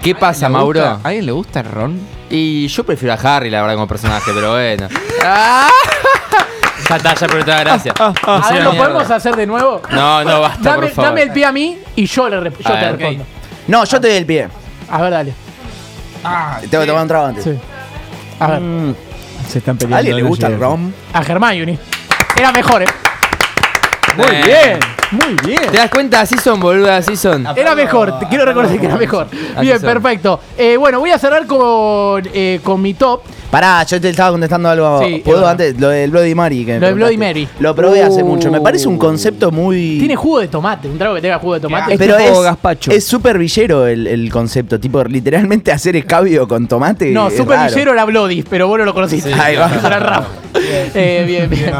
Speaker 5: ¿Qué pasa,
Speaker 3: ¿Le
Speaker 5: Mauro?
Speaker 3: gusta- ¿A alguien le gusta el ron?
Speaker 5: Y yo prefiero a Harry, la verdad, como personaje, pero bueno. ya está, ya perdí toda la gracia.
Speaker 1: A ver,
Speaker 5: Sí,
Speaker 1: ¿lo
Speaker 5: mierda.
Speaker 1: podemos hacer de nuevo?
Speaker 5: No, no, basta,
Speaker 1: Ah, Dame,
Speaker 5: por favor.
Speaker 1: dame el pie a mí y yo, le, rep- yo
Speaker 5: A
Speaker 1: te
Speaker 5: ver, ok.
Speaker 1: respondo.
Speaker 2: No, yo te doy el pie.
Speaker 1: A ver, dale.
Speaker 2: Tengo que tomar un trago antes.
Speaker 1: Ah, Sí. A ver.
Speaker 4: Se están peleando.
Speaker 2: ¿A alguien le
Speaker 4: no
Speaker 2: gusta el
Speaker 4: llegan.
Speaker 2: rom?
Speaker 1: A Hermione. Era mejor, eh.
Speaker 4: Muy
Speaker 5: Eh,
Speaker 4: bien, muy bien.
Speaker 5: ¿Te das cuenta? Así son, boludo, así son.
Speaker 1: Era mejor, te quiero recordar que era mejor.
Speaker 5: Así
Speaker 1: Bien,
Speaker 5: son.
Speaker 1: perfecto. Eh, bueno, voy a cerrar con, eh, con mi top.
Speaker 2: Pará, yo te estaba contestando algo.
Speaker 1: Sí, es
Speaker 2: ¿Puedo
Speaker 1: verdad.
Speaker 2: antes? Lo del Bloody Mary. que me
Speaker 1: Lo del Bloody
Speaker 2: preguntaste.
Speaker 1: Mary.
Speaker 2: Lo probé hace
Speaker 1: Uh.
Speaker 2: mucho. Me parece un concepto muy.
Speaker 1: Tiene jugo de tomate, un trago que tenga jugo de tomate.
Speaker 4: Es
Speaker 2: pero
Speaker 4: tipo
Speaker 2: es,
Speaker 4: gazpacho.
Speaker 2: es súper villero el, el concepto, tipo literalmente hacer escabio con tomate.
Speaker 1: No,
Speaker 2: es
Speaker 1: Super
Speaker 2: raro.
Speaker 1: Villero era Bloody, pero vos no lo conociste.
Speaker 2: Sí. Ahí va.
Speaker 1: Eso era rap. Eh, bien, bien, bien,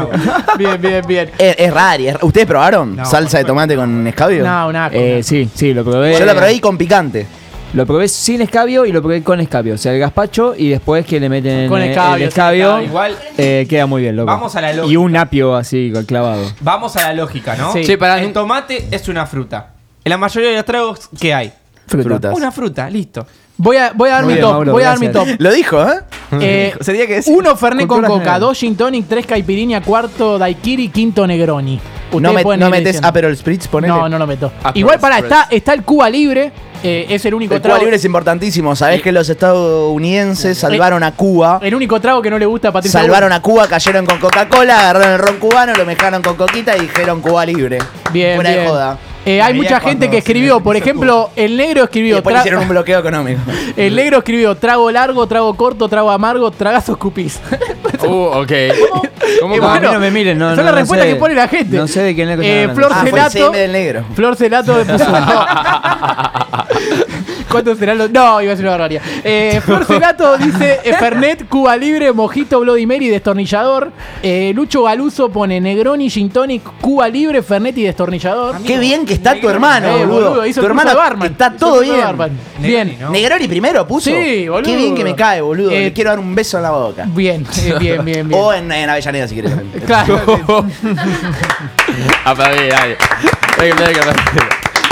Speaker 1: bien, bien, bien.
Speaker 2: Es, es raro. es- ¿Ustedes probaron salsa de tomate con escabio?
Speaker 1: No, nada.
Speaker 4: Eh, sí, sí, lo probé.
Speaker 2: Yo la probé y con picante.
Speaker 4: Lo probé sin escabio y lo probé con escabio. O sea, el gazpacho y después que le meten
Speaker 1: Con
Speaker 4: eh,
Speaker 1: escabio,
Speaker 4: el escabio.
Speaker 1: sin
Speaker 3: Igual-
Speaker 4: eh, queda muy bien, loco.
Speaker 3: Vamos a la lógica.
Speaker 4: Y un apio así clavado.
Speaker 3: Vamos a la lógica, ¿no?
Speaker 1: Sí.
Speaker 5: Che, pará,
Speaker 3: El tomate es una fruta. En la mayoría de los tragos, ¿qué hay?
Speaker 2: Frutas.
Speaker 3: Una fruta, listo.
Speaker 1: Voy a, voy a dar mi
Speaker 4: Muy bien,
Speaker 1: top.
Speaker 4: Mauro,
Speaker 1: voy a dar mi
Speaker 4: gracias.
Speaker 1: top.
Speaker 2: Lo dijo, ¿eh?
Speaker 1: Eh,
Speaker 3: Sería que decir.
Speaker 1: uno Fernet con
Speaker 4: Cultura
Speaker 1: coca,
Speaker 4: general.
Speaker 1: dos Gin Tonic, tres Caipirinha, cuarto Daiquiri, quinto Negroni. Ustedes
Speaker 2: No, me-
Speaker 1: pueden
Speaker 2: no
Speaker 1: ir
Speaker 2: metes
Speaker 1: diciendo.
Speaker 2: Aperol Spritz, ponele.
Speaker 1: No, no lo meto.
Speaker 3: Ah,
Speaker 5: Aperol
Speaker 1: Igual, para,
Speaker 5: Spritz.
Speaker 1: está, está el Cuba Libre. eh, es el único
Speaker 2: El Cuba
Speaker 1: trago.
Speaker 2: Libre es importantísimo. Sabés que los estadounidenses salvaron a Cuba.
Speaker 1: El único trago que no le gusta a Patricia.
Speaker 2: Salvaron a Cuba, cayeron con Coca-Cola, agarraron el ron cubano, lo mezclaron con coquita y dijeron Cuba libre.
Speaker 1: Bien,
Speaker 2: Fuera
Speaker 1: bien.
Speaker 2: de joda.
Speaker 1: Eh, hay
Speaker 3: Veía
Speaker 1: mucha
Speaker 3: cuando
Speaker 1: gente que
Speaker 3: se
Speaker 1: escribió,
Speaker 3: le
Speaker 1: por
Speaker 3: hizo
Speaker 1: ejemplo, el negro
Speaker 2: Y
Speaker 1: escribió.
Speaker 2: después
Speaker 1: tra-
Speaker 2: hicieron un bloqueo económico. Ah,
Speaker 1: El negro escribió trago largo, trago corto, trago amargo, tragazo escupís.
Speaker 5: Uh, ok. ¿Cómo
Speaker 1: Y bueno,
Speaker 5: va?
Speaker 4: a mí no me miren, no,
Speaker 1: son
Speaker 4: no,
Speaker 1: las
Speaker 4: no
Speaker 1: respuestas
Speaker 4: sé.
Speaker 1: que pone la gente.
Speaker 4: No sé de quién es que están
Speaker 1: eh,
Speaker 4: hablando.
Speaker 1: Flor
Speaker 2: Ah, fue el
Speaker 1: Celato.
Speaker 2: CM del negro.
Speaker 1: Flor Celato de puso. No. ¿Cuántos serán los.? No, iba a ser una barbaridad. Eh, Flor Celato dice: eh, Fernet, Cuba Libre, Mojito, Bloody Mary, Destornillador. Eh, Lucho Galuso pone Negroni, Gin Tonic, Cuba Libre, Fernet y Destornillador.
Speaker 2: Qué bien que está tu hermano,
Speaker 1: Eh,
Speaker 2: Ah, boludo.
Speaker 1: hizo el curso
Speaker 2: tu hermano
Speaker 1: de barman.
Speaker 2: está
Speaker 1: Hizo el
Speaker 2: todo
Speaker 1: curso de
Speaker 2: bien.
Speaker 1: barman.
Speaker 3: Negroni,
Speaker 1: Bien.
Speaker 3: ¿no?
Speaker 2: Negroni primero puso.
Speaker 1: Sí, boludo.
Speaker 2: Qué bien que me cae, boludo.
Speaker 1: Eh,
Speaker 2: Le quiero dar un beso en la boca.
Speaker 1: Bien, eh, bien, bien, bien.
Speaker 2: O en, en Avellaneda, si quieres. también.
Speaker 1: Claro.
Speaker 5: Aplaudí, Ah, dale. Hay que aplaudir, hay que aplaudir.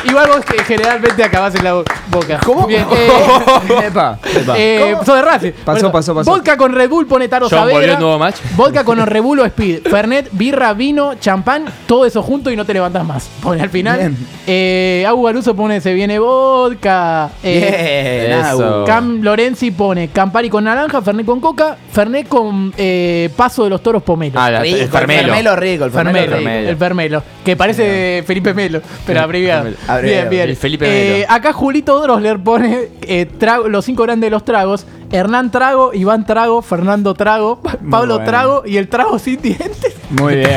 Speaker 1: Igual vos que generalmente acabás en la bo- boca. ¿Cómo? Bien, eh,
Speaker 4: Epa, epa.
Speaker 1: eh, sos de Racing.
Speaker 4: Pasó,
Speaker 1: Por eso,
Speaker 4: pasó, pasó.
Speaker 1: Vodka con Red Bull pone Taro
Speaker 5: John,
Speaker 1: Saavedra.
Speaker 5: ¿volvió el nuevo match?
Speaker 1: Vodka con Red Bull o Speed. Fernet, birra, vino, champán, todo eso junto y no te levantas más. Pone al final.
Speaker 2: Bien.
Speaker 1: Eh, Agu Galuso pone se viene vodka. Eh,
Speaker 2: Bien,
Speaker 5: Eso.
Speaker 2: Agus.
Speaker 1: Cam Lorenzi pone Campari con naranja, Fernet con coca, Fernet con eh, paso de los toros pomelo.
Speaker 5: Ah, la,
Speaker 2: Rico,
Speaker 5: el
Speaker 2: el
Speaker 5: Carmelo.
Speaker 2: Fermelo rico, el Fermelo.
Speaker 1: Fermelo,
Speaker 2: rico.
Speaker 5: Fermelo.
Speaker 1: el Fermelo, que parece Felipe Melo, pero abreviado.
Speaker 2: Fermelo.
Speaker 1: Bien, bien.
Speaker 5: El Felipe
Speaker 1: Eh,
Speaker 5: Melo.
Speaker 1: acá Julito Drosler pone eh, trago- los cinco grandes de los tragos: Hernán Trago, Iván Trago, Fernando Trago, Pa- Pablo
Speaker 4: bueno.
Speaker 1: Trago y el Trago sin dientes.
Speaker 4: Muy bien,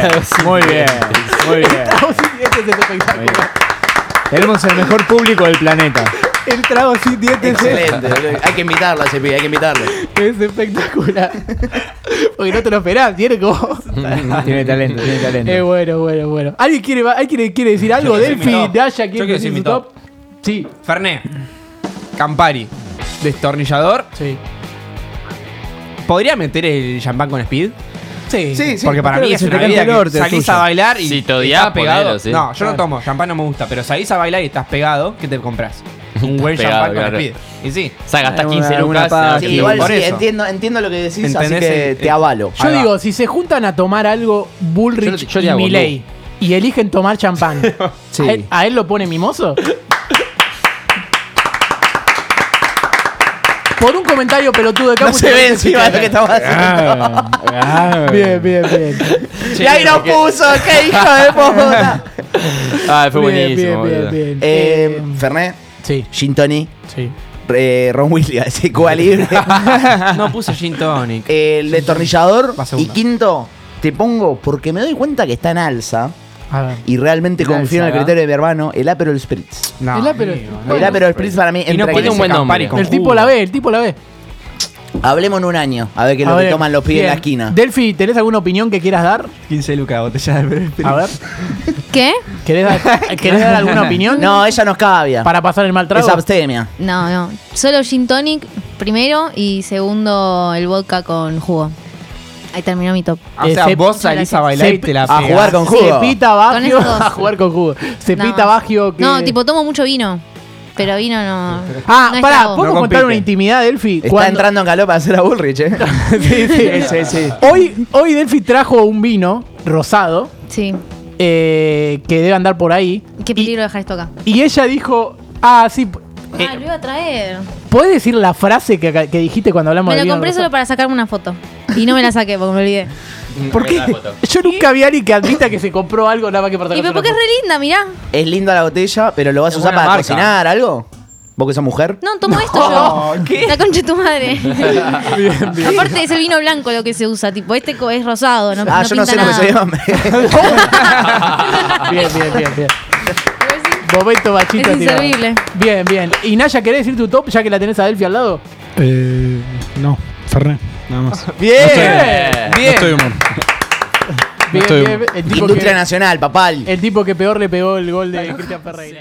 Speaker 4: muy bien, muy bien.
Speaker 1: Trago sin dientes es espectacular.
Speaker 4: Tenemos el mejor público del planeta.
Speaker 1: El Trago sin dientes es,
Speaker 2: Excelente, boludo. Hay que invitarlo a ese pibe, hay que invitarlo.
Speaker 1: es espectacular. Porque no te lo esperás, tiene como.
Speaker 4: Tiene talento, tiene talento.
Speaker 1: Eh, bueno, bueno, bueno. ¿Alguien quiere, alguien quiere decir algo?
Speaker 3: quiero decir mi
Speaker 1: Delphi,
Speaker 3: top.
Speaker 1: Daya, ¿quiere
Speaker 3: Yo quiero
Speaker 1: decir
Speaker 3: decir
Speaker 1: su
Speaker 3: mi
Speaker 1: top?
Speaker 3: top.
Speaker 1: Sí,
Speaker 3: Ferné. Campari. Destornillador.
Speaker 1: sí.
Speaker 3: ¿Podría meter el champán con speed?
Speaker 1: Sí,
Speaker 2: Sí, sí.
Speaker 3: Porque para
Speaker 4: creo
Speaker 3: mí
Speaker 4: que
Speaker 3: es
Speaker 4: se te
Speaker 3: una
Speaker 4: canta
Speaker 3: vida
Speaker 4: el
Speaker 3: que
Speaker 4: orto, el
Speaker 3: salís
Speaker 4: tuyo.
Speaker 3: a bailar y
Speaker 5: Si te odiaba,
Speaker 3: estás pegado.
Speaker 5: ponelo, sí.
Speaker 3: No, yo no tomo, champán no me gusta, pero salís a bailar y estás pegado, ¿qué te compras? Un buen
Speaker 5: Pegado,
Speaker 3: champán
Speaker 5: claro.
Speaker 3: con speed. Y sí.
Speaker 5: O sea, gastás
Speaker 4: Alguna-
Speaker 5: 15
Speaker 4: alguna
Speaker 5: lucas.
Speaker 4: paga.
Speaker 5: ¿no?
Speaker 2: Sí,
Speaker 5: Que te
Speaker 2: igual
Speaker 3: por
Speaker 2: sí,
Speaker 3: eso.
Speaker 2: entiendo, entiendo lo que decís, así
Speaker 3: ¿Entendés
Speaker 2: que
Speaker 3: el-
Speaker 2: te avalo.
Speaker 1: Yo
Speaker 3: Ahí va.
Speaker 1: digo, si se juntan a tomar algo, Bullrich
Speaker 5: Yo- yo le
Speaker 1: y
Speaker 5: hago,
Speaker 1: Milei, y eligen tomar champán.
Speaker 4: Sí.
Speaker 1: ¿A, él, a él lo pone mimoso? Por un comentario pelotudo de
Speaker 2: No
Speaker 1: Capu.
Speaker 2: se ve encima de lo que estamos haciendo.
Speaker 1: Bien, bien, bien.
Speaker 2: y ahí nos
Speaker 5: porque-
Speaker 2: puso, qué hijo de puta.
Speaker 5: Ah, fue
Speaker 1: Bien,
Speaker 5: buenísimo.
Speaker 1: bien, bien,
Speaker 5: boludo.
Speaker 1: bien.
Speaker 2: eh,
Speaker 1: Eh,
Speaker 2: Fernet,
Speaker 1: sí,
Speaker 2: Gin Tony,
Speaker 1: sí.
Speaker 2: eh, Ron Williams, Cuba Libre.
Speaker 3: No puse Gin Tonic.
Speaker 2: El detornillador.
Speaker 3: Va segunda.
Speaker 2: Y quinto, te pongo, porque me doy cuenta que está en alza.
Speaker 1: A ver.
Speaker 2: Y realmente
Speaker 4: En
Speaker 2: confío en el
Speaker 4: alza, ¿verdad?
Speaker 2: criterio de mi hermano, el Aperol
Speaker 3: Ah,
Speaker 2: Spritz.
Speaker 1: El Aperol-
Speaker 2: el Aperol Spritz para mí
Speaker 5: Y no
Speaker 2: entra
Speaker 5: tiene
Speaker 2: en
Speaker 5: un buen
Speaker 2: ese
Speaker 5: nombre.
Speaker 1: El tipo la ve, el tipo la ve.
Speaker 2: campo. Hablemos en un año, a ver qué es
Speaker 1: A
Speaker 2: lo que
Speaker 1: ver,
Speaker 2: toman los pibes en la
Speaker 1: bien.
Speaker 2: esquina.
Speaker 1: Delphi, ¿tenés alguna opinión que quieras dar?
Speaker 3: 15 lucas, botella de
Speaker 1: A ver,
Speaker 7: ¿Qué?
Speaker 1: ¿querés dar, ¿querés dar alguna opinión?
Speaker 2: No, ella nos cabia.
Speaker 1: Para pasar el mal trago.
Speaker 2: Es abstemia.
Speaker 7: No, no. Solo gin tonic primero y segundo el vodka con jugo. Ahí terminó mi top.
Speaker 3: O sea,
Speaker 1: Eh, se-
Speaker 3: vos salís a bailar y te la
Speaker 2: a
Speaker 3: pegas.
Speaker 2: jugar con jugo.
Speaker 1: Cepita Ah, Baggio
Speaker 7: Con esos dos.
Speaker 1: a jugar con jugo.
Speaker 7: Nada
Speaker 1: Cepita
Speaker 7: más.
Speaker 1: Baggio que...
Speaker 7: No, tipo tomo mucho vino. Pero vino no.
Speaker 1: Ah,
Speaker 7: no es
Speaker 1: pará,
Speaker 7: trago.
Speaker 1: ¿puedo
Speaker 3: No
Speaker 1: contar
Speaker 3: compite.
Speaker 1: una intimidad, Delphi?
Speaker 2: Está
Speaker 1: Cuando-
Speaker 2: entrando en calor para hacer a Bullrich, eh.
Speaker 1: Sí, sí. Hoy, hoy Delphi trajo un vino rosado
Speaker 7: Sí.
Speaker 1: eh, que debe andar por ahí.
Speaker 7: Qué
Speaker 1: y,
Speaker 7: peligro dejar esto acá.
Speaker 1: y ella dijo, ah, sí, eh,
Speaker 7: Ah, lo iba a traer.
Speaker 1: ¿podés decir la frase que, que dijiste cuando hablamos
Speaker 7: Me
Speaker 1: de
Speaker 7: lo
Speaker 1: vino
Speaker 7: compré solo
Speaker 1: rosado?
Speaker 7: para sacarme una foto. Y no me la saqué porque me olvidé.
Speaker 1: ¿Por qué? Yo nunca vi a alguien que admita que se compró algo nada más que para sacarse
Speaker 7: Y pero
Speaker 1: una
Speaker 7: porque es
Speaker 1: foto.
Speaker 7: re linda, mirá.
Speaker 2: Es linda la botella, pero lo vas a
Speaker 3: Es
Speaker 2: usar
Speaker 3: buena
Speaker 2: para
Speaker 3: marca.
Speaker 2: cocinar algo. ¿Vos que sos mujer?
Speaker 7: No, tomo esto yo. La concha de tu madre. Aparte es el vino blanco lo que se usa, tipo, este co- es rosado, no,
Speaker 2: ah, yo no
Speaker 7: pinta
Speaker 2: sé lo que
Speaker 7: nada.
Speaker 2: soy hombre.
Speaker 1: bien, bien, bien, bien. Momento bachito.
Speaker 7: Es
Speaker 1: tirado.
Speaker 7: inservible.
Speaker 1: Bien, bien. Y Naya, ¿querés decir tu top ya que la tenés a Delphi al lado?
Speaker 6: Eh, no, Ferné, nada más. No
Speaker 5: Bien.
Speaker 6: estoy, no estoy de humor.
Speaker 1: Bien,
Speaker 6: estoy-
Speaker 1: bien. El tipo,
Speaker 2: Industria
Speaker 1: que,
Speaker 2: nacional, papal.
Speaker 1: el tipo que peor le pegó el gol de Cristian Ferreira.